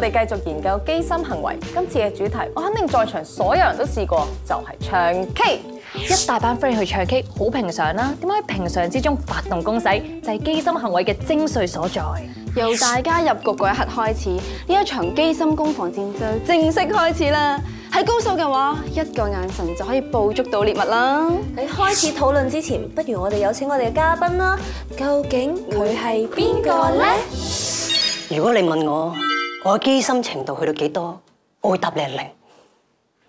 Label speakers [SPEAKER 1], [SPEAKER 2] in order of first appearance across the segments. [SPEAKER 1] 哋繼續研究機心行為。今次嘅主題，我肯定在場所有人都試過，就係、唱 K。
[SPEAKER 2] 一大班 friend 去唱 K 好平常啦，點解喺平常之中發動攻勢，就係、機心行為嘅精髓所在。
[SPEAKER 3] 由大家入局嗰一刻開始，呢一場機心攻防戰就正式開始啦！係高手嘅話，一個眼神就可以捕捉到獵物啦。
[SPEAKER 4] 喺開始討論之前，不如我哋有請我哋嘅嘉賓啦。究竟佢係邊個呢？
[SPEAKER 5] 如果你問我，我嘅機心程度去到幾多，我會答你係零，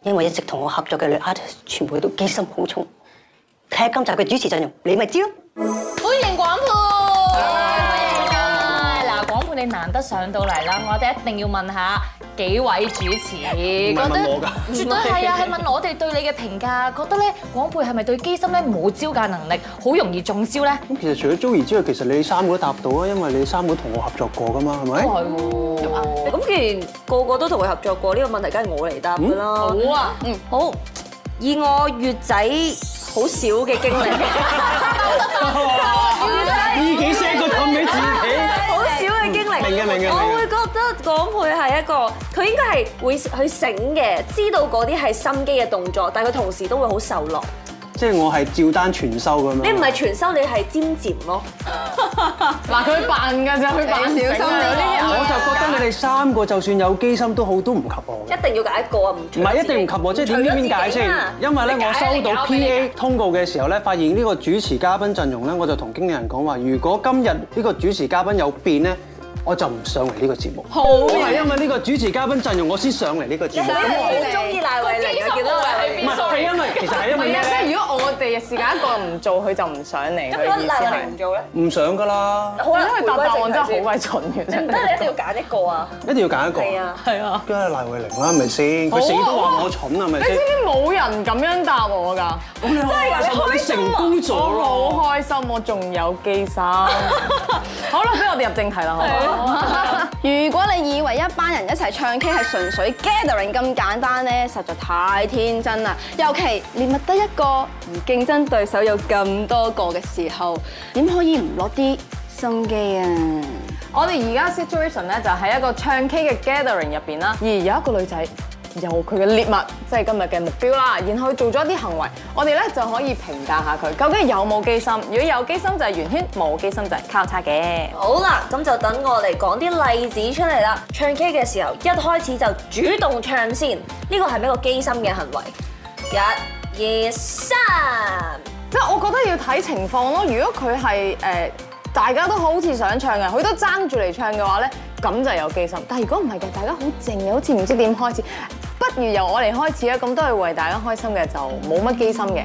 [SPEAKER 5] 因為一直同我合作嘅女 artist 全部都機心好重。睇下今集嘅主持陣容，你咪知咯。
[SPEAKER 2] 歡迎廣判，嗱，廣判你難得上到嚟啦，我哋一定要問下幾位主持，覺
[SPEAKER 6] 係問我㗎
[SPEAKER 2] 絕對係啊，係問我哋對你嘅評價，覺得咧廣判係咪對機心咧冇招架能力，好容易中招咧？
[SPEAKER 6] 咁其實除咗 Joey 之外，其實你三個都答到啊，因為你三個同我合作過噶嘛，係咪？
[SPEAKER 2] 係喎，
[SPEAKER 4] 咁既然個個都同佢合作過，呢、個問題梗係我嚟答㗎啦。
[SPEAKER 2] 好啊，嗯，
[SPEAKER 4] 好，以我月仔好少嘅經歷，
[SPEAKER 6] 自己 set 個氹俾自己，
[SPEAKER 4] 好少嘅經歷，
[SPEAKER 6] 明嘅明嘅明嘅
[SPEAKER 4] 我會覺得港配係一個，佢應該係會去醒嘅，知道嗰啲係心機嘅動作，但係佢同時都會好受落。
[SPEAKER 6] 即係我係照單全收咁樣。
[SPEAKER 4] 你唔係全收，你係尖尖咯。
[SPEAKER 2] 嗱佢扮㗎咋，佢扮小心你
[SPEAKER 1] 啊
[SPEAKER 6] 我就覺得你哋三個就算有機心都好，都唔及我嘅。
[SPEAKER 4] 一定要揀一個啊，唔
[SPEAKER 6] 唔係一定唔及我，即係點知邊解先
[SPEAKER 4] 除咗自己啊？
[SPEAKER 6] 因為咧，我收
[SPEAKER 2] 你
[SPEAKER 6] 到
[SPEAKER 2] 搞俾你
[SPEAKER 6] PA 通告嘅時候咧，發現呢個主持嘉賓陣容咧，我就同經理人講話，如果今日呢個主持嘉賓有變咧，我就唔上嚟呢個節目。好，我係因為呢個主持嘉賓陣容，我先上嚟呢個節目。
[SPEAKER 4] 好中意賴慧玲啊，見到賴慧
[SPEAKER 6] 唔
[SPEAKER 4] 玲。
[SPEAKER 6] 係，係因為其實係因為咩咧？
[SPEAKER 1] 如果我哋時間一個唔做，佢就唔想嚟。
[SPEAKER 4] 咁如果賴慧玲唔做咧？
[SPEAKER 6] 唔想噶啦，
[SPEAKER 4] 好啦，回歸正題先
[SPEAKER 1] 鬼蠢嘅
[SPEAKER 4] 唔得，你一定要揀一個啊！
[SPEAKER 6] 一定要揀一個。
[SPEAKER 4] 係啊，
[SPEAKER 1] 係啊，
[SPEAKER 6] 梗係賴慧玲啦，係咪先？佢死都話我蠢啊，係咪先？
[SPEAKER 1] 冇人咁樣答我㗎，
[SPEAKER 6] 真係你成功咗咯！
[SPEAKER 1] 開心，我仲有機 心。好啦，俾我哋入正題啦，好嘛？
[SPEAKER 3] 如果你以為一班人一齊唱 K 係純粹 gathering 咁簡單呢，實在太天真啦！尤其獵物得一個，而競爭對手有咁多個嘅時候，點可以唔落啲心機啊？
[SPEAKER 1] 我哋而家 situation 咧就喺一個唱 K 嘅 gathering 入邊啦，而有一個女仔有佢嘅獵物，即係今日嘅目標啦，然後佢做咗一啲行為，我哋咧就可以評價下佢究竟有冇機心。如果有機心就係圓圈，冇機心就係交叉嘅。
[SPEAKER 4] 好啦，咁就等我嚟講啲例子出嚟啦。唱 K 嘅時候，一開始就主動唱先，呢個係咪一個機心嘅行為？一、二、三，
[SPEAKER 1] 即係我覺得要睇情況咯。如果佢係誒大家都好似想唱嘅，佢都爭住嚟唱嘅話咧，咁就有機心。但係如果唔係嘅，大家好靜嘅，好似唔知點開始，不如由我嚟開始啦。啊咁都係為大家開心嘅，就冇乜機心嘅。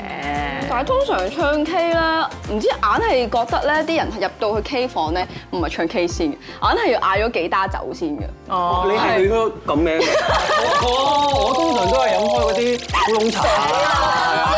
[SPEAKER 3] 但係通常唱 K 呢，唔知硬係覺得呢啲人入到去 K 房呢，唔係唱 K 先嘅，硬係要嗌咗幾打酒先嘅。
[SPEAKER 1] 哦
[SPEAKER 6] 你係去嗰個咁樣嘅，我我通常都係飲開嗰啲烏龍茶啊，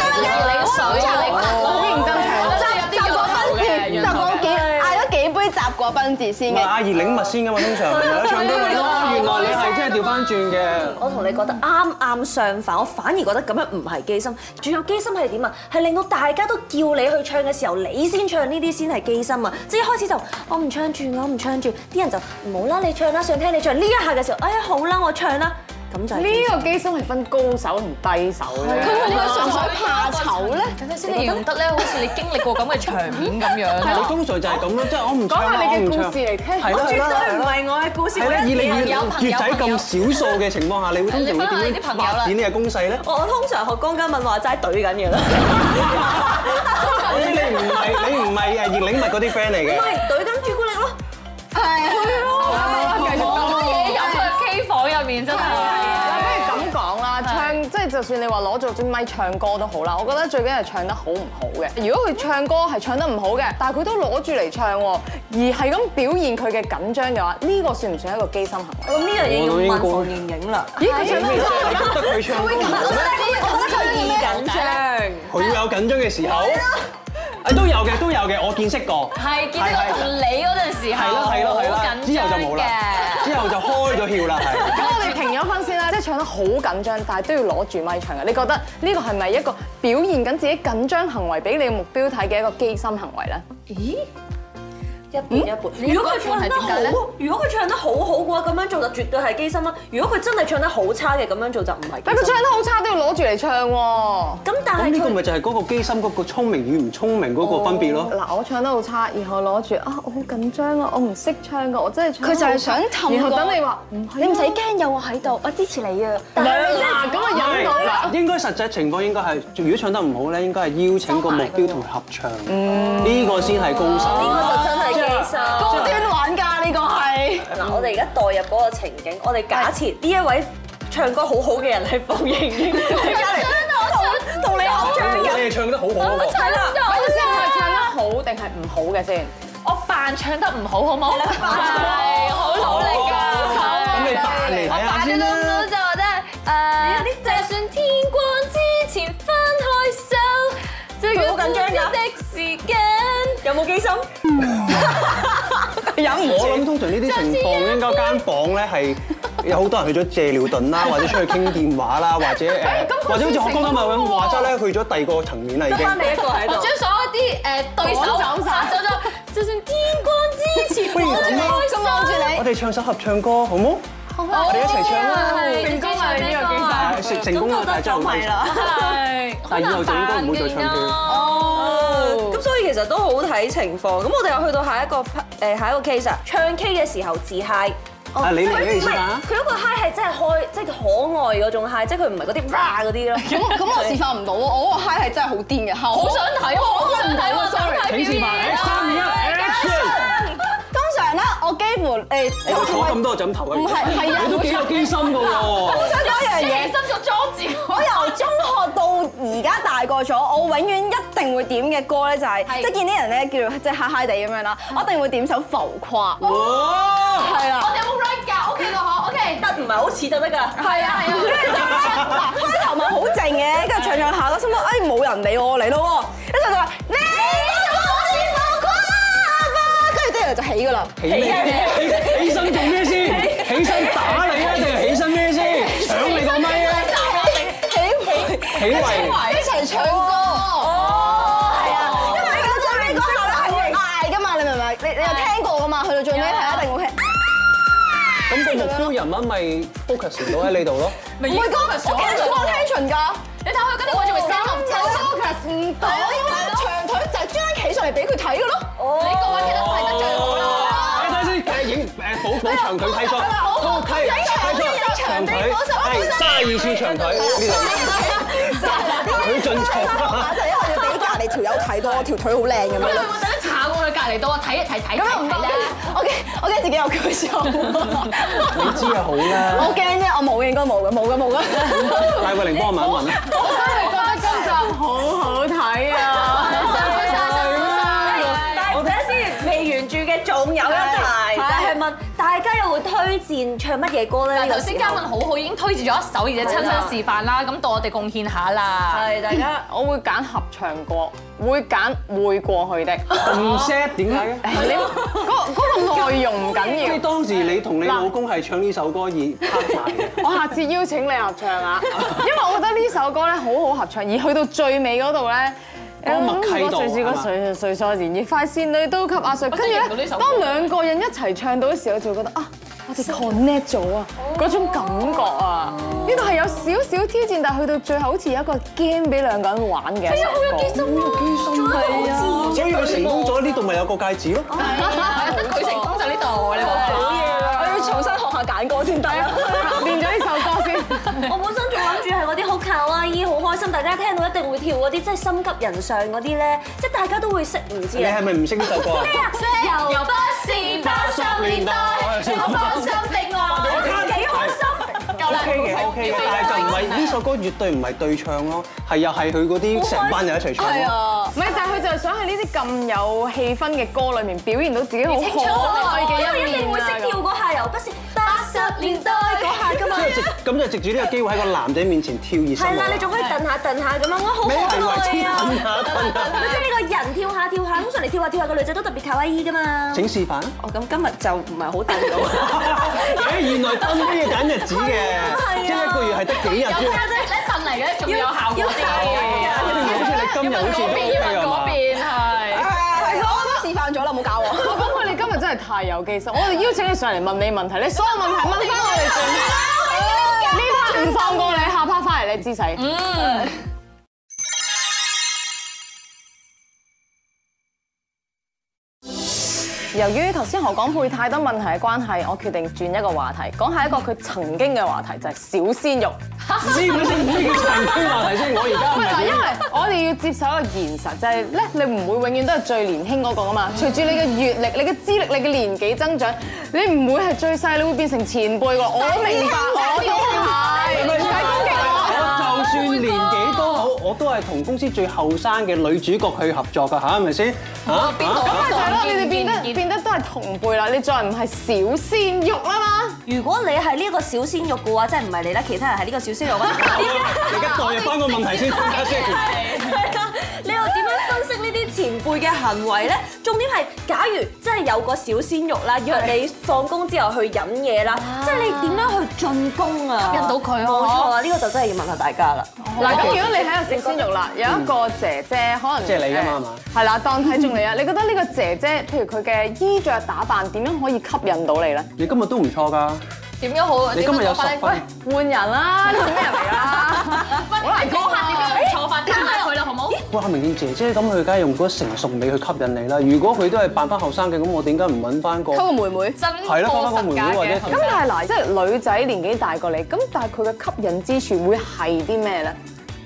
[SPEAKER 2] 水好認真唱，真係有啲
[SPEAKER 3] 過
[SPEAKER 2] 頭嘅，
[SPEAKER 3] 就講幾嗌咗幾杯雜果賓治先
[SPEAKER 6] 唔係
[SPEAKER 3] 嘅。
[SPEAKER 6] 阿姨領物先噶嘛，通常咪有唱歌咪咯。原來你係真係調翻轉嘅。
[SPEAKER 4] 我同你覺得啱啱相反，我反而覺得咁樣唔係機心。仲有機心係點啊？係令到大家都叫你去唱嘅時候，你先唱呢啲先係機心啊！即係一開始就我唔唱住，我唔唱住，啲人就唔好啦，你唱啦，想聽你唱。呢一下嘅時候，哎呀好啦，我唱啦，咁就係機心
[SPEAKER 1] 呢個機心係分高手同低手嘅。啊
[SPEAKER 3] 你係純粹怕醜咧？
[SPEAKER 2] 等陣先，你用得咧，好似你經歷過咁嘅場面咁
[SPEAKER 6] 你
[SPEAKER 2] 樣。
[SPEAKER 6] 通常就係咁咯，即係我唔唱啦，我唔唱。係啦係啦係啦。
[SPEAKER 4] 係我嘅故事
[SPEAKER 6] 係咧，以你
[SPEAKER 2] 朋
[SPEAKER 6] 越
[SPEAKER 2] 友朋友
[SPEAKER 6] 越仔咁少數嘅情況下，你會通常會點樣發展呢個攻勢咧？
[SPEAKER 4] 我通常學江嘉敏話齋懟緊嘅啦，
[SPEAKER 6] 你唔係你唔係誒熱檸蜜嗰啲 friend 嚟嘅，
[SPEAKER 4] 因為懟緊朱古力咯。
[SPEAKER 1] 啊
[SPEAKER 2] 好多嘢入去 K 房入面真係。
[SPEAKER 1] 不如咁講啦，唱即係就算你話攞咗支咪唱歌都好啦，我覺得最緊係唱得好唔好嘅。如果佢唱歌係唱得唔好嘅，但係佢都攞住嚟唱喎，而係咁表現佢嘅緊張嘅話，呢個算唔算一個機心行為？
[SPEAKER 4] 咁呢樣嘢要問馮盈盈啦。
[SPEAKER 1] 咦，佢唱得唔
[SPEAKER 4] 啊
[SPEAKER 1] 好
[SPEAKER 6] 得佢唱歌，
[SPEAKER 4] 易緊張，
[SPEAKER 6] 佢有緊張嘅時候，誒都有嘅都有嘅，我見識過。
[SPEAKER 2] 係見到我同你嗰陣時候，
[SPEAKER 6] 係咯係咯係
[SPEAKER 2] 好
[SPEAKER 6] 啦，
[SPEAKER 2] 緊
[SPEAKER 6] 之後
[SPEAKER 2] 張
[SPEAKER 6] 就冇啦，之後就開咗竅啦，係。
[SPEAKER 1] 咁我哋評咗分先啦，即係唱得好緊張，但係都要攞住咪唱嘅。啊你覺得呢個係咪一個表現緊自己緊張行為俾你嘅目標睇嘅一個機心行為咧？
[SPEAKER 2] Tôi nghĩ là một cái
[SPEAKER 4] 一半一半。嗯如果佢唱得好，如果佢唱得好好嘅話，咁樣做就絕對係機心啦。如果佢真係唱得好差嘅，咁樣做就唔係
[SPEAKER 1] 但
[SPEAKER 4] 機
[SPEAKER 1] 佢
[SPEAKER 4] 心。
[SPEAKER 1] 唱得好差都要攞住嚟唱喎。
[SPEAKER 4] 咁 但
[SPEAKER 6] 咁
[SPEAKER 4] 係
[SPEAKER 6] 呢個
[SPEAKER 4] 佢哦
[SPEAKER 6] 咪就係嗰個機心嗰個聰明與唔聰明嗰個分別咯。
[SPEAKER 1] 嗱，我唱得好差，然後攞住啊，我好緊張啊，我唔識唱噶，我真係唱得
[SPEAKER 3] 佢就係
[SPEAKER 1] 好差
[SPEAKER 3] 想氹
[SPEAKER 1] 然後
[SPEAKER 3] 個
[SPEAKER 1] 等你話唔係啊，
[SPEAKER 3] 你唔使驚，有我喺度，我支持你啊！
[SPEAKER 1] 嗱咁啊引到啦。
[SPEAKER 6] 應該實際情況應該係，如果唱得唔好咧，應該係邀請個目標同佢合唱，呢個先係高手。
[SPEAKER 4] 嗯哦呢個就真係機心。
[SPEAKER 1] 高端玩家呢個係，
[SPEAKER 4] 嗱，我哋而家代入嗰個情景，我哋假設
[SPEAKER 6] 嗯
[SPEAKER 4] 呢一位唱歌好好嘅人係馮盈盈，佢隔離同同你合唱 嘅，
[SPEAKER 7] 你係唱得好好
[SPEAKER 6] 啊
[SPEAKER 7] 喎，
[SPEAKER 4] 係啦，
[SPEAKER 1] 我意思係咪唱得好定係唔好嘅先？
[SPEAKER 2] 我扮唱得唔好，好冇？係，好努力㗎。
[SPEAKER 6] 咁你扮嚟睇
[SPEAKER 2] 我
[SPEAKER 6] 下
[SPEAKER 2] 扮
[SPEAKER 6] 先
[SPEAKER 2] 得到唔
[SPEAKER 6] 啦
[SPEAKER 2] 到。就真係誒，就算天光之前分開手，即係
[SPEAKER 4] 好緊張㗎
[SPEAKER 2] 的時間，
[SPEAKER 4] 有冇機心？
[SPEAKER 6] 哎我諗通常呢啲情況應該間房咧係有好多人去咗借尿遁啦，或者出去傾電話啦，或者誒，或者好似學剛剛咪咁話齋咧，去咗第二個層面啦已經。
[SPEAKER 4] 翻你一個喺
[SPEAKER 2] 我
[SPEAKER 4] 度
[SPEAKER 2] 將。所有啲誒對手
[SPEAKER 1] 趕走晒
[SPEAKER 2] 殺走咗，就算天光之前
[SPEAKER 6] 不如
[SPEAKER 2] 我
[SPEAKER 6] 咁
[SPEAKER 2] 最
[SPEAKER 6] 啦
[SPEAKER 2] 開心，
[SPEAKER 6] 我哋唱首合唱歌好冇？
[SPEAKER 2] 我
[SPEAKER 6] 哋一齊唱啦
[SPEAKER 2] 成功啊！呢個
[SPEAKER 6] 啊
[SPEAKER 2] 技
[SPEAKER 6] 成成功啦，大家唔係啦。
[SPEAKER 2] 係，
[SPEAKER 6] 但以後就應該唔會再唱
[SPEAKER 2] 好
[SPEAKER 6] 歌
[SPEAKER 2] 難扮㗎
[SPEAKER 4] 咁所以其實都好睇情況。咁我哋又去到下一個誒下一個 case 啊，唱 K 嘅時候自嗨。
[SPEAKER 6] 啊，你嚟
[SPEAKER 4] 佢
[SPEAKER 6] 嘅意
[SPEAKER 4] 唔
[SPEAKER 6] 思
[SPEAKER 4] 係
[SPEAKER 6] 啊？
[SPEAKER 4] 佢嗰個嗨係真係開，即係可愛嗰種嗨，即係佢唔係嗰啲哇嗰啲
[SPEAKER 3] 咁
[SPEAKER 4] 咯。
[SPEAKER 3] 我咁 我示範唔到喎，我嗰個 high 係真係好癲嘅，
[SPEAKER 2] 好想睇喎，好想睇喎想睇
[SPEAKER 6] 請示
[SPEAKER 2] 表演
[SPEAKER 6] 範，
[SPEAKER 2] 啊
[SPEAKER 6] 三二一，action！
[SPEAKER 3] 通常咧，我幾乎誒，
[SPEAKER 6] 你個坐咁多就咁頭啊！
[SPEAKER 3] 唔係係啊
[SPEAKER 6] 你都幾有機心㗎喎。
[SPEAKER 3] 想講一樣嘢。
[SPEAKER 2] 心就裝住我
[SPEAKER 3] 我由中學到而家大個咗，我永遠一定會點嘅歌咧就係、即係見啲人咧叫做即係嗨嗨地咁樣啦，我一定會點首浮誇，
[SPEAKER 6] 哇！
[SPEAKER 3] 係
[SPEAKER 2] 我
[SPEAKER 3] 啦。
[SPEAKER 2] 哋有冇 right 㗎？OK 啦，嗬，OK。
[SPEAKER 4] 得唔係好似就得㗎。
[SPEAKER 2] 係啊係啊，
[SPEAKER 3] 嗱，開頭咪好靜嘅，跟住唱唱下，我心諗哎冇人理我嚟咯喎，跟住就話你就好似浮誇吧，跟住啲人就起噶啦。
[SPEAKER 6] 起你起起身做咩先？起身打你啊，定係起身咩先？搶你個咪啊！起圍，
[SPEAKER 3] 一齊唱歌。哦，係啊，因為去到最尾嗰下咧係會嗌噶嘛，你明唔明？你你又聽過噶嘛？去到最尾係一定會係。
[SPEAKER 6] 咁個目標人物咪 focus 到喺你度咯。
[SPEAKER 3] 唔係我其實我 attention 㗎，
[SPEAKER 2] 你睇佢跟住我仲會三六七，
[SPEAKER 1] focus 唔
[SPEAKER 3] 但係我應該長腿就係專登企上嚟俾佢睇㗎咯。
[SPEAKER 2] 你個
[SPEAKER 6] 哦
[SPEAKER 2] 位企得睇得最好啦。
[SPEAKER 6] 睇哦睇先，誒影誒補補長腿睇咗，高睇睇咗長腿，係卅二寸長腿呢度，佢進錯啦。
[SPEAKER 3] 就因為要俾隔離條友睇到我條腿好靚
[SPEAKER 2] 咁
[SPEAKER 3] 咁樣。
[SPEAKER 2] 你會唔會特登查過去隔離度啊？睇一睇睇睇
[SPEAKER 3] 咁又唔得
[SPEAKER 2] 睇咧。
[SPEAKER 3] 我驚我驚自己有佢數。
[SPEAKER 6] 你知啊好啦，
[SPEAKER 3] 我驚啫，我冇嘅應該冇嘅，冇嘅冇嘅。
[SPEAKER 6] 戴慧玲幫我問一問啊。
[SPEAKER 2] 我真係覺得今集好好睇啊！辛苦晒，辛苦晒。
[SPEAKER 4] 但係睇下先，未完住嘅仲有一題，就係問大家又會推薦唱乜嘢歌咧？呢
[SPEAKER 2] 嗱，
[SPEAKER 4] 個
[SPEAKER 2] 頭先
[SPEAKER 4] 時
[SPEAKER 2] 嘉
[SPEAKER 4] 候
[SPEAKER 2] 敏好好已經推薦咗一首，而且親身示範啦，咁到我哋貢獻下啦。
[SPEAKER 4] 係大家
[SPEAKER 1] 我會揀合唱歌，會揀會過去的。
[SPEAKER 6] 唔 sad 點解嘅？
[SPEAKER 1] 你嗰嗰個內容唔緊
[SPEAKER 6] 即
[SPEAKER 1] 要
[SPEAKER 6] 係。當時你同你老公係唱呢首歌而拍埋嘅。
[SPEAKER 1] 我下次邀請你合唱啊，因為我覺得呢首歌咧好好合唱，而去到最尾嗰度嗯咧。
[SPEAKER 6] 嗰個默契度
[SPEAKER 1] 水是
[SPEAKER 6] 係
[SPEAKER 1] 個
[SPEAKER 6] 嘛
[SPEAKER 1] 水水所然，而快線女都給阿水。
[SPEAKER 2] 我
[SPEAKER 1] 跟
[SPEAKER 2] 真
[SPEAKER 1] 住
[SPEAKER 2] 係
[SPEAKER 1] 咧
[SPEAKER 2] 認到呢首，歌
[SPEAKER 1] 當兩個人一齊唱到嘅時候，就會覺得啊，我哋 connect 咗啊，嗰種感覺啊，呢度係有少少挑戰，但係去到最後好似有一個 game 俾兩個人玩嘅。係啊，好有機心啊！
[SPEAKER 6] 所以佢成功咗，呢度咪有個戒指咯。
[SPEAKER 2] 係得佢成功就呢度，你冇
[SPEAKER 4] 啊
[SPEAKER 2] 好嘢。
[SPEAKER 3] 我要重新學下揀歌先得。
[SPEAKER 1] 練咗呢首歌先。
[SPEAKER 4] 我本身仲諗住係嗰啲好卡哇伊、好開心，大家聽到一定會跳嗰啲，即係心急人上嗰啲咧，即係大家都會識，唔知
[SPEAKER 6] 你
[SPEAKER 4] 啊
[SPEAKER 6] 係。咪唔識呢首歌啊？
[SPEAKER 2] 又不是八十年代，我放心的愛。
[SPEAKER 6] 幾開心。OK 嘅，OK 嘅，但係就唔係啊呢首歌絕對唔係對唱咯，係又係佢嗰啲成班人一齊唱
[SPEAKER 3] 係
[SPEAKER 6] 咯。
[SPEAKER 3] 啊，
[SPEAKER 1] 唔係，但係佢就係想喺呢啲咁有氣氛嘅歌裏面表現到自己好可愛嘅
[SPEAKER 4] 因為
[SPEAKER 1] 一
[SPEAKER 4] 一定
[SPEAKER 1] 面
[SPEAKER 4] 會
[SPEAKER 1] 啊
[SPEAKER 4] 識
[SPEAKER 1] 咁
[SPEAKER 4] 跳嗰下又不是八十年代嗰下噶嘛
[SPEAKER 6] 即。係藉咁就藉住呢個機會喺個男仔面前跳熱身
[SPEAKER 4] 係啦，你
[SPEAKER 6] 舞
[SPEAKER 4] 仲可以蹬下蹬下咁樣，哇，好
[SPEAKER 6] 你係
[SPEAKER 4] 可
[SPEAKER 6] 為
[SPEAKER 4] 愛
[SPEAKER 6] 之
[SPEAKER 4] 啊！
[SPEAKER 6] 等下等下，
[SPEAKER 4] 你知呢個人跳下跳下，通常嚟跳下跳下個女仔都特別卡哇伊噶嘛。
[SPEAKER 6] 請示範。
[SPEAKER 4] 哦，咁今日就唔係好蹬到。
[SPEAKER 6] 誒，原來登呢要揀日子嘅，即係一個月係得幾日
[SPEAKER 2] 有
[SPEAKER 6] 啫。
[SPEAKER 2] 真係份嚟嘅，仲有效果啲。
[SPEAKER 6] 好似你今日好似都
[SPEAKER 2] 嗰邊
[SPEAKER 6] OK
[SPEAKER 2] 嗰
[SPEAKER 6] 啊嘛。
[SPEAKER 2] 邊係。
[SPEAKER 3] 係我都示範咗啦，唔好搞我。
[SPEAKER 1] 佢太有機心。我哋邀請你上嚟問你問題，你所有問題問翻我哋轉頭。呢 part 唔放過你，下 part 翻嚟你知死。由於頭先何廣沛太多問題嘅關係，我決定轉一個話題，講下一個佢曾經嘅話題，就係小鮮肉。
[SPEAKER 6] 知唔知唔知叫神經話題先？我而家唔
[SPEAKER 1] 唔係嗱，
[SPEAKER 6] 係
[SPEAKER 1] 因
[SPEAKER 6] 點
[SPEAKER 1] 為我哋要接受一個現實，就係咧，你唔會永遠都係最年輕嗰個啊
[SPEAKER 6] 嗯
[SPEAKER 1] 嘛。隨住你嘅閱歷、你嘅資歷、你嘅年紀增長，你唔會係最細，你會變成前輩㗎。我都明白，我都係，唔使攻擊我。
[SPEAKER 6] 我就算年紀都好，我都係同公司最後生嘅女主角去合作㗎嚇，係咪先？嚇
[SPEAKER 1] 咁咪就係咯，你哋變
[SPEAKER 2] 見
[SPEAKER 1] 得
[SPEAKER 2] 見
[SPEAKER 1] 變得都係同輩啦，你再唔係小鮮肉啦嘛。
[SPEAKER 4] 如果你係呢個小鮮肉嘅話，真係唔係你啦，其他人係呢個小鮮肉啊。
[SPEAKER 6] 你而家代入翻個問題先，等下先。
[SPEAKER 4] 係啦， 你又點樣分析呢啲前輩嘅行為咧？重點係，假如真係有個小鮮肉啦，約你放工之後去飲嘢啦，即係你點樣去進攻啊？
[SPEAKER 2] 吸引到佢啊
[SPEAKER 4] 冇錯啊！呢個就真係要問下大家啦。
[SPEAKER 6] 哦
[SPEAKER 1] 嗱，咁如果你喺度食鮮肉啦，有一個姐姐可能
[SPEAKER 6] 嗯即係你㗎嘛係嘛？
[SPEAKER 1] 係啦，當睇中你啊！你覺得呢個姐姐，譬如佢嘅衣着打扮，點樣可以吸引到你咧？
[SPEAKER 6] 你今日都唔錯㗎，
[SPEAKER 2] 點樣好？
[SPEAKER 6] 你
[SPEAKER 2] 點
[SPEAKER 6] 今
[SPEAKER 2] 樣
[SPEAKER 6] 日有
[SPEAKER 2] 攞
[SPEAKER 6] 十
[SPEAKER 2] 翻呢？
[SPEAKER 6] 分。
[SPEAKER 1] 換人 啦，你做咩人嚟啊 啦？
[SPEAKER 2] 喂，好難講下點樣坐法，加下佢啦，好冇？
[SPEAKER 6] 哇！明燕姐姐咁，佢梗係用嗰成熟美去吸引你啦。如果佢都係扮翻後生嘅，咁我點解唔揾翻個？
[SPEAKER 3] 溝個妹妹。
[SPEAKER 2] 真
[SPEAKER 6] 係啦翻返個
[SPEAKER 2] 過
[SPEAKER 6] 門
[SPEAKER 2] 十假
[SPEAKER 6] 口或者
[SPEAKER 2] 嘅，
[SPEAKER 1] 咁但係嗱，即係女仔年紀大過你，咁但係佢嘅吸引之處會係啲咩咧？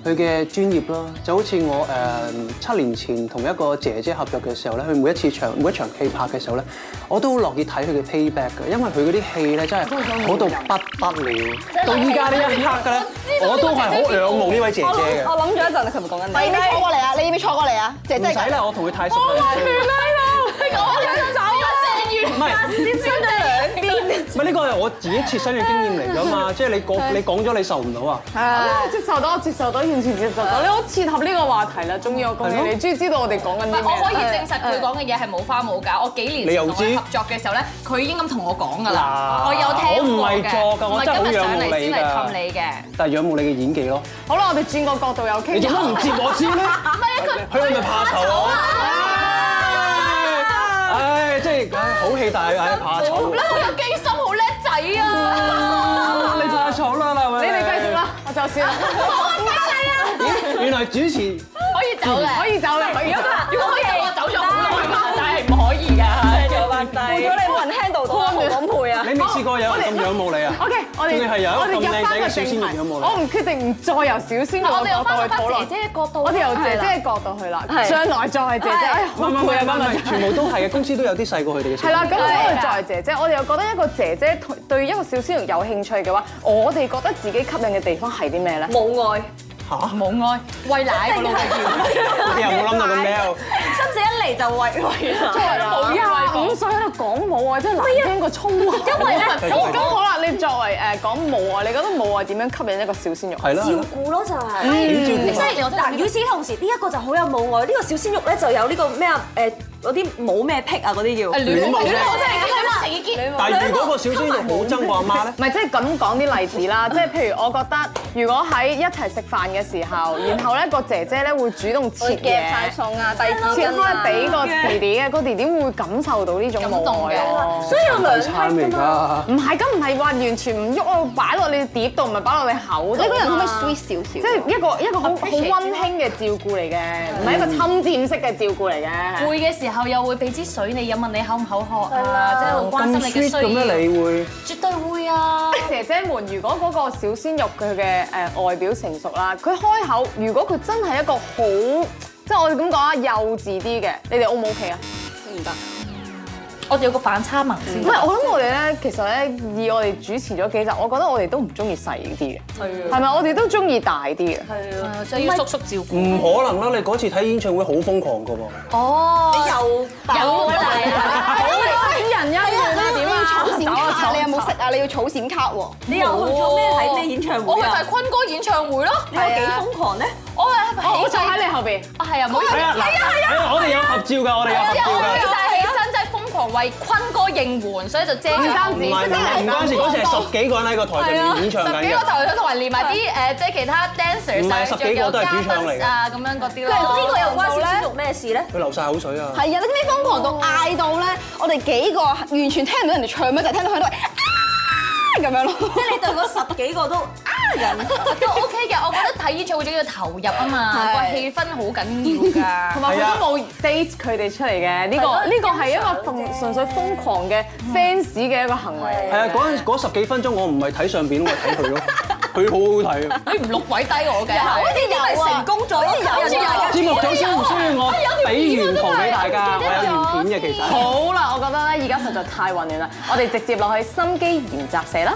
[SPEAKER 6] 佢嘅專業啦，就好似我誒、呃七年前同一個姐姐合作嘅時候咧，佢每一次場每一場戲拍嘅時候咧，我都好樂意睇佢嘅 payback 嘅，因為佢嗰啲戲咧真係好到不得了，到依家呢一刻嘅咧，我都係好仰慕呢位姐姐嘅。
[SPEAKER 3] 我諗咗一陣，佢咪講緊你。你要唔要錯過嚟啊？你要唔要錯過嚟啊？姐
[SPEAKER 6] 唔
[SPEAKER 3] 姐
[SPEAKER 6] 使啦，我同佢太熟啦。唔係，唔係呢個係我自己切身嘅經驗嚟㗎 嘛，即係你講你講咗你受唔到啊。
[SPEAKER 1] 啊，接受到，接受到，完全接受到。你好切合呢個話題啦，終於我恭喜
[SPEAKER 6] 係咯
[SPEAKER 1] 你，終於知道我哋講緊啲咩。
[SPEAKER 2] 我可以證實佢講嘅嘢係冇花冇假。我幾年前同佢合作嘅時候咧，佢已經咁同我講㗎啦。
[SPEAKER 6] 嗱
[SPEAKER 2] 我有聽過嘅，
[SPEAKER 6] 我唔係作㗎
[SPEAKER 2] 唔
[SPEAKER 6] 我
[SPEAKER 2] 係
[SPEAKER 6] 真係
[SPEAKER 2] 今
[SPEAKER 6] 好
[SPEAKER 2] 日
[SPEAKER 6] 仰
[SPEAKER 2] 上
[SPEAKER 6] 慕
[SPEAKER 2] 嚟
[SPEAKER 6] 你
[SPEAKER 2] 先嚟
[SPEAKER 6] 㗎
[SPEAKER 2] 氹你嘅。
[SPEAKER 6] 但係仰慕你嘅演技咯，
[SPEAKER 1] 好啦，我哋轉個角度又傾。
[SPEAKER 6] 你做乜唔接我先咧？ 佢係咪怕醜啊？唉唉，即係唉好戲，但係唉怕醜。
[SPEAKER 2] 好有機心，好叻仔啊！
[SPEAKER 6] 你怕醜啦，係咪？
[SPEAKER 1] 你哋繼續啦， 我走先啦。
[SPEAKER 6] 咦。原來主持
[SPEAKER 2] 可以走嘅，
[SPEAKER 1] 可以走啦，如果
[SPEAKER 2] 如果可以走，我走咗好耐啦，但係唔可以㗎。
[SPEAKER 4] 拜
[SPEAKER 3] 如果你冇人 handle 到啊，何廣沛啊，
[SPEAKER 6] 你未試過有人咁仰慕你啊
[SPEAKER 1] O K，我哋
[SPEAKER 6] 仲要係有一個
[SPEAKER 1] 我哋
[SPEAKER 6] 咁
[SPEAKER 1] 入
[SPEAKER 6] 靚
[SPEAKER 1] 翻
[SPEAKER 6] 仔
[SPEAKER 1] 個
[SPEAKER 6] 嘅小
[SPEAKER 1] 正
[SPEAKER 6] 鮮
[SPEAKER 1] 題，
[SPEAKER 6] 肉有冇咧
[SPEAKER 1] 我唔決定唔再由小鮮肉
[SPEAKER 2] 我
[SPEAKER 1] 嘅
[SPEAKER 2] 哋又
[SPEAKER 1] 角
[SPEAKER 2] 翻
[SPEAKER 1] 度去討
[SPEAKER 2] 翻
[SPEAKER 1] 論
[SPEAKER 2] 姐。姐嘅角度，
[SPEAKER 1] 我哋由姐姐嘅角度去啦，
[SPEAKER 3] 係
[SPEAKER 1] 將來作為姐姐，哎呀，
[SPEAKER 6] 唔
[SPEAKER 1] 好
[SPEAKER 6] 係唔係
[SPEAKER 1] 攰啊，
[SPEAKER 6] 唔係唔
[SPEAKER 1] 今日
[SPEAKER 6] 係，全部都係嘅，公司都有啲細過佢哋嘅。
[SPEAKER 1] 係啊啦，咁我作為姐姐，我哋又覺得一個姐姐同對一個小鮮肉有興趣嘅話，我哋覺得自己吸引嘅地方係啲咩咧？
[SPEAKER 4] 母愛，
[SPEAKER 6] 嚇，
[SPEAKER 2] 冇愛喂奶個老豆
[SPEAKER 6] 你又冇諗到咁咩？
[SPEAKER 4] 心死一嚟就為為啦。
[SPEAKER 1] 冇廿五歲喺度講冇愛，真係難聽過粗口。因為
[SPEAKER 6] 啊繼續
[SPEAKER 1] 好咁
[SPEAKER 6] 繼續
[SPEAKER 1] 好啦，你作為誒講冇愛，你覺得冇愛點樣吸引一個小鮮肉？
[SPEAKER 6] 係啦，係
[SPEAKER 4] 照
[SPEAKER 6] 啦
[SPEAKER 4] 顧咯就係。
[SPEAKER 6] 點照顧
[SPEAKER 4] 即
[SPEAKER 6] 啊？
[SPEAKER 4] 係嗱，與此同時，呢一個就好有母愛，呢個小鮮肉咧就有呢個咩啊誒嗰啲冇咩癖啊嗰啲叫。
[SPEAKER 2] 戀母
[SPEAKER 6] 戀
[SPEAKER 2] 戀
[SPEAKER 6] 母
[SPEAKER 2] 母真係咁樣成意見。
[SPEAKER 6] 但係如果個小鮮肉冇憎我阿媽咧，
[SPEAKER 1] 唔係，即係咁講啲例子 啦，即係譬如我覺得，如果喺一齊食飯嘅時候，然後咧個姐姐咧會主動切嘢
[SPEAKER 3] 夾，晒餸啊，遞
[SPEAKER 1] 切
[SPEAKER 3] 紙巾
[SPEAKER 1] 開
[SPEAKER 3] 啊，
[SPEAKER 1] 俾個弟弟嘅，個弟弟會感受到呢種無愛咯。
[SPEAKER 4] 所以有兩
[SPEAKER 6] 餐嚟
[SPEAKER 4] 批㗎嘛。
[SPEAKER 6] 㗎。
[SPEAKER 1] 唔係，咁唔係話完全唔喐我擺落你碟度，唔係擺落你口度。啊
[SPEAKER 3] 你個人可唔可以 sweet 少少？
[SPEAKER 1] 即
[SPEAKER 3] 即
[SPEAKER 1] 係一個一個好好
[SPEAKER 3] Appreciate
[SPEAKER 1] 温馨嘅照顧嚟嘅，唔係一個侵佔式嘅照顧嚟
[SPEAKER 3] 嗯
[SPEAKER 1] 嘅。
[SPEAKER 2] 攰嘅時候又會俾支水你飲，問你口唔口渴啊，即係好關心你嘅需
[SPEAKER 6] Oh, 咁
[SPEAKER 2] 要，
[SPEAKER 6] 咧，你會
[SPEAKER 2] 絕對會啊！
[SPEAKER 1] 姐姐們，如果嗰個小鮮肉佢嘅誒外表成熟啦，佢開口，如果佢真係一個好，即係我哋咁講啊，幼稚啲嘅，你哋 O 唔 O K 啊？
[SPEAKER 2] 我哋有個反差萌先
[SPEAKER 1] 唔。係，我諗我哋咧，其實咧，以我哋主持咗幾集，我覺得我哋都唔中意細啲嘅，係咪？我哋都中意大啲嘅。
[SPEAKER 2] 所以要叔叔照顧。
[SPEAKER 6] 唔可能啦！你嗰次睇演唱會好瘋狂㗎喎，
[SPEAKER 2] 哦，
[SPEAKER 4] 又
[SPEAKER 2] 有啦，
[SPEAKER 1] 人一樣啦，點啊？
[SPEAKER 3] 草閃
[SPEAKER 1] 走啊走
[SPEAKER 3] 卡，
[SPEAKER 1] 啊
[SPEAKER 3] 你有冇食啊？你要草閃卡喎。
[SPEAKER 4] 你又去咗咩睇咩演唱
[SPEAKER 2] 我
[SPEAKER 4] 會
[SPEAKER 2] 咪就係
[SPEAKER 4] 啊？
[SPEAKER 2] 坤哥演唱會咯。
[SPEAKER 4] 你有幾瘋狂咧？
[SPEAKER 2] 我係
[SPEAKER 1] 我
[SPEAKER 2] 起
[SPEAKER 1] 就
[SPEAKER 2] 身
[SPEAKER 1] 喺你後邊。
[SPEAKER 2] 啊，係啊，冇
[SPEAKER 6] 係
[SPEAKER 2] 係啊，
[SPEAKER 6] 啊嗱，係啊，我哋有合照㗎，我哋有合
[SPEAKER 2] 我
[SPEAKER 6] 照
[SPEAKER 2] 起
[SPEAKER 6] 㗎。
[SPEAKER 2] 晒起身真係瘋狂為坤哥應援，所以就遮咗
[SPEAKER 1] 唔
[SPEAKER 2] 後
[SPEAKER 1] 單
[SPEAKER 6] 唔
[SPEAKER 1] 止
[SPEAKER 2] 面
[SPEAKER 6] 係唔啊係唔關事，嗰時係十幾個人喺個台上面演唱緊
[SPEAKER 2] 十幾個
[SPEAKER 6] 嘅。
[SPEAKER 2] 頭像同埋連埋啲誒，即係其他 dancers
[SPEAKER 6] 唔
[SPEAKER 2] 啊
[SPEAKER 6] 係十幾個都係主唱
[SPEAKER 2] 仲
[SPEAKER 6] 嚟嘅
[SPEAKER 2] 有嘉賓啊，咁樣嗰啲
[SPEAKER 4] 呢
[SPEAKER 2] 咯。
[SPEAKER 4] 個又關小鮮肉咩事咧？
[SPEAKER 6] 佢流晒口水啊！
[SPEAKER 3] 係啊，你知唔知瘋狂到嗌到咧？我哋幾個完全聽唔到人哋唱咩，就係聽到佢都係啊咁樣咯。
[SPEAKER 4] 即係你對嗰十幾個都
[SPEAKER 2] 都 OK 嘅，我覺得睇演唱會仲要投入啊嘛，個
[SPEAKER 3] 係
[SPEAKER 2] 氣氛好緊要㗎
[SPEAKER 1] 同。埋佢
[SPEAKER 6] 係啊
[SPEAKER 1] 都冇 date 佢哋出嚟嘅，呢個呢個係一個瘋純粹瘋狂嘅 fans 嘅一個行為。
[SPEAKER 6] 係啊，嗰陣嗰十幾分鐘我唔係睇上邊，我係睇佢 咯，佢好好睇啊！
[SPEAKER 2] 佢唔六位低我嘅，係
[SPEAKER 4] 呢啲咪成功咗咯，有人話
[SPEAKER 6] 節目組需唔需要我俾原圖俾大家？我有啊原片嘅其實。
[SPEAKER 1] 好啦，我覺得咧而家實在太混亂啦，我哋直接落去心機研習社啦。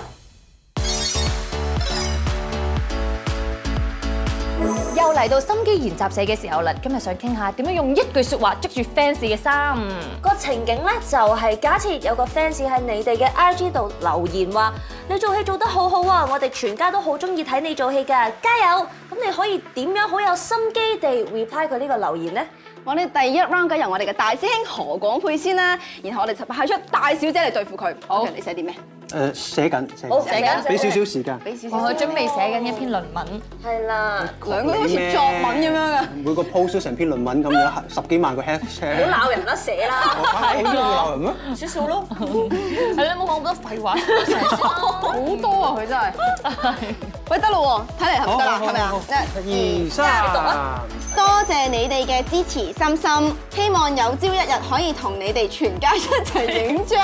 [SPEAKER 2] 又嚟到心機研習社嘅時候啦，今日想傾下點樣用一句説話捉住 fans 嘅心。
[SPEAKER 4] 個情景咧就係假設有個 fans 喺你哋嘅 IG 度留言話：你做戲做得好好啊，我哋全家都好中意睇你做戲㗎，加油！咁你可以點樣好有心機地 reply 佢呢個留言咧？
[SPEAKER 3] 我哋第一 round 梗由我哋嘅大師兄何廣沛先啦，然後我哋就派出大小姐嚟對付佢。好，你寫啲咩？
[SPEAKER 6] 誒寫緊，寫
[SPEAKER 4] 好寫緊
[SPEAKER 6] 俾少少時間。
[SPEAKER 3] 俾少少
[SPEAKER 2] 我準備寫緊一篇論文，
[SPEAKER 4] 係啦，
[SPEAKER 3] 兩個都好似作文咁樣㗎。
[SPEAKER 6] 每個 post 都成篇論文咁樣，十幾萬個 hashtag。
[SPEAKER 4] 鬧人啦，寫啦。
[SPEAKER 6] 我嚇好中意鬧人咩？
[SPEAKER 2] 少少咯。 係啦，冇講咁多廢話，好多啊！佢真係。
[SPEAKER 3] 喂，得咯喎，睇嚟係咪得啦？係咪啊？
[SPEAKER 6] 一二三。
[SPEAKER 3] 多謝你哋嘅支持，心心，希望有朝一日可以同你哋全家一齊影張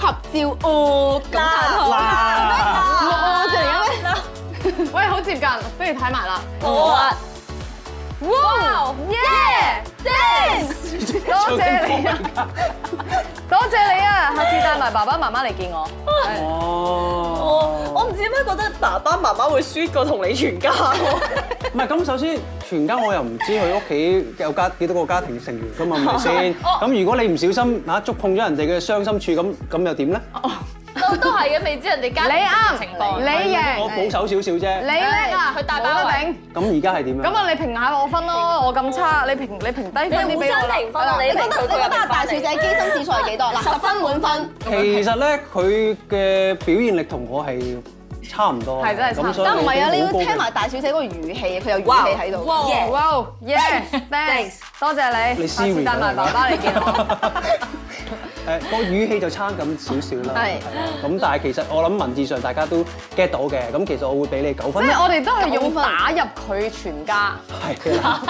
[SPEAKER 3] 合照哦。咁
[SPEAKER 6] 嗱，
[SPEAKER 3] 我就而家咩？
[SPEAKER 1] 喂，好接近，不如睇埋啦。
[SPEAKER 2] 我啊，
[SPEAKER 1] 哇耶 Thanks！多謝你啊，多謝你啊，下次帶埋爸爸媽媽嚟見我。
[SPEAKER 6] 哦，
[SPEAKER 4] 我唔知點解覺得爸爸媽媽會輸過同你全 家喎。
[SPEAKER 6] 唔係咁，首先全家我又唔知佢屋企有家幾多個家庭成員噶嘛，係咪先？咁如果你唔小心啊觸碰咗人哋嘅傷心處，咁咁又點咧？
[SPEAKER 2] 都都係嘅，未知人哋家
[SPEAKER 1] 你啱
[SPEAKER 2] 庭情況。
[SPEAKER 1] 你
[SPEAKER 6] 我
[SPEAKER 1] 贏，
[SPEAKER 6] 保守少少啫
[SPEAKER 1] 你。叻啊，
[SPEAKER 2] 佢大把
[SPEAKER 1] 冇得
[SPEAKER 2] 位
[SPEAKER 1] 頂。
[SPEAKER 6] 咁而家係點樣？
[SPEAKER 1] 咁啊，你評下我分咯，我咁差，你評你評低分啲俾我啦。
[SPEAKER 4] 分啊！你
[SPEAKER 3] 你覺得你覺得阿大小姐 機心指數係幾多？嗱，十分滿分。
[SPEAKER 6] 其實咧，佢嘅表現力同我係差唔多嘅，
[SPEAKER 1] 係真係差唔多
[SPEAKER 6] 咁所以
[SPEAKER 3] 但唔係啊，
[SPEAKER 6] 我
[SPEAKER 3] 你要
[SPEAKER 6] 好高嘅
[SPEAKER 3] 聽埋大小姐嗰個語氣，佢有語氣喺度。
[SPEAKER 1] 哇
[SPEAKER 4] 耶
[SPEAKER 1] 哇，yes，thanks，多謝
[SPEAKER 6] 你
[SPEAKER 1] 你，下
[SPEAKER 6] Siri
[SPEAKER 1] 次帶埋爸爸嚟見我。
[SPEAKER 6] 誒個語氣就差咁少少啦，
[SPEAKER 3] 係
[SPEAKER 6] 係啊咁但係其實我諗文字上大家都 get 到嘅，咁其實我會俾你九
[SPEAKER 1] 即
[SPEAKER 6] 分
[SPEAKER 1] 係
[SPEAKER 6] 啦，
[SPEAKER 1] 我哋都係用打入佢全家
[SPEAKER 6] 係啦，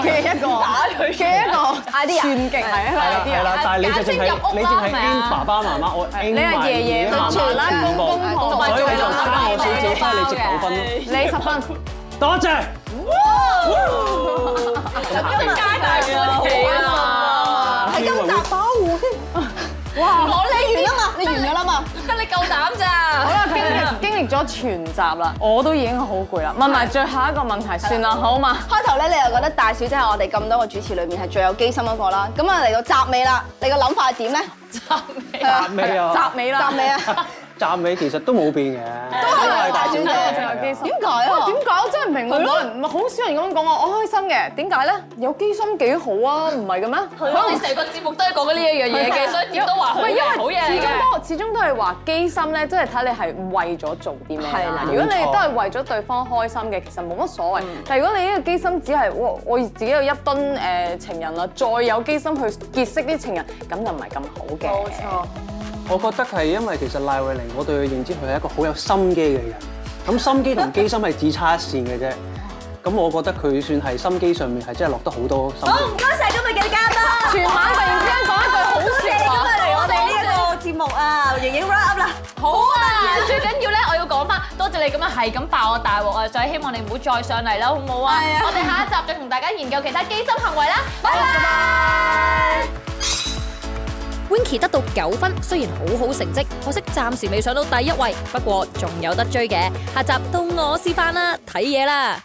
[SPEAKER 1] 嘅一個嘅一個 idea，算勁係啊啦
[SPEAKER 6] 係啦，但係你就淨
[SPEAKER 2] 簡稱入
[SPEAKER 6] 係
[SPEAKER 2] 屋啦
[SPEAKER 6] 你淨係
[SPEAKER 2] 係咪啊
[SPEAKER 6] aim 爸爸媽媽，我 aim
[SPEAKER 1] 你係
[SPEAKER 6] 埋
[SPEAKER 1] 爺爺嫲
[SPEAKER 6] 媽媽
[SPEAKER 1] 嫲啦
[SPEAKER 6] 全部
[SPEAKER 1] 公公婆婆
[SPEAKER 6] 所以你就差我少少，所以你值九分咯，
[SPEAKER 1] 你十分，
[SPEAKER 6] 多謝。
[SPEAKER 2] 家大歡喜啊！
[SPEAKER 6] 係今集
[SPEAKER 2] 我你
[SPEAKER 3] 完啦嘛，你完咗啦嘛。
[SPEAKER 2] 得你夠膽咋？
[SPEAKER 1] 好
[SPEAKER 2] 好
[SPEAKER 1] 啦，經歷經歷咗全集啦，我都已經好攰啦，問埋最後一個問題算啦，好嘛？
[SPEAKER 3] 開頭咧，你又覺得大小姐係我哋咁多個主持裏面係最有機心嗰個啦。咁啊，嚟到集尾啦，你個諗法係點咧？
[SPEAKER 6] 集尾啊，
[SPEAKER 1] 集尾啦，
[SPEAKER 3] 集尾啊，
[SPEAKER 6] 集尾其實都冇變嘅，都
[SPEAKER 2] 啊
[SPEAKER 3] 係大小姐
[SPEAKER 1] 最有機心。
[SPEAKER 3] 點解啊
[SPEAKER 1] 點？解我真係唔明喎？冇人，好少人咁講我，我開心嘅。點解咧？有機心幾好啊？唔係嘅咩？可
[SPEAKER 2] 我哋成個節目都係講緊呢一樣嘢嘅，所以點都話
[SPEAKER 1] 唔係
[SPEAKER 2] 佢
[SPEAKER 1] 因為
[SPEAKER 2] 係好嘢嚟
[SPEAKER 1] 始終
[SPEAKER 2] 嘅。
[SPEAKER 1] 都始終都係話機心咧，即係睇你係為咗做啲咩啦。
[SPEAKER 4] 係啦
[SPEAKER 1] 如果你
[SPEAKER 6] 冇錯
[SPEAKER 1] 都係為咗對方開心嘅，其實冇乜所謂。
[SPEAKER 2] 嗯
[SPEAKER 1] 但係如果你呢個機心只係我我自己有一噸誒情人啦，再有機心去結識啲情人，咁就唔係咁好嘅。冇錯，
[SPEAKER 6] 我覺得係因為其實賴慧玲，我對佢認知佢係一個好有心機嘅人。咁心機同機心係只差一線嘅啫。咁我覺得佢算係心機上面係真係落得好多心
[SPEAKER 4] 好，唔
[SPEAKER 6] 機。
[SPEAKER 4] 該晒今日嘅嘉賓。
[SPEAKER 1] 全晚突然之間講一句好説
[SPEAKER 3] 啊
[SPEAKER 4] 今日
[SPEAKER 1] 話。
[SPEAKER 4] 嚟我哋呢一個節目啊，盈盈 wrap up 啦。
[SPEAKER 2] 好啊！最緊要咧，我要講翻，多謝你咁樣係咁爆我大鑊啊！所以希望你唔好再上嚟啦，好唔好啊？我哋下一集再同大家研究其他機心行為啦，拜拜。Winky 得到九分，雖然好好成績，可惜暫時未上到第一位，不過仲有得追嘅。下集到我示範啦，睇嘢啦！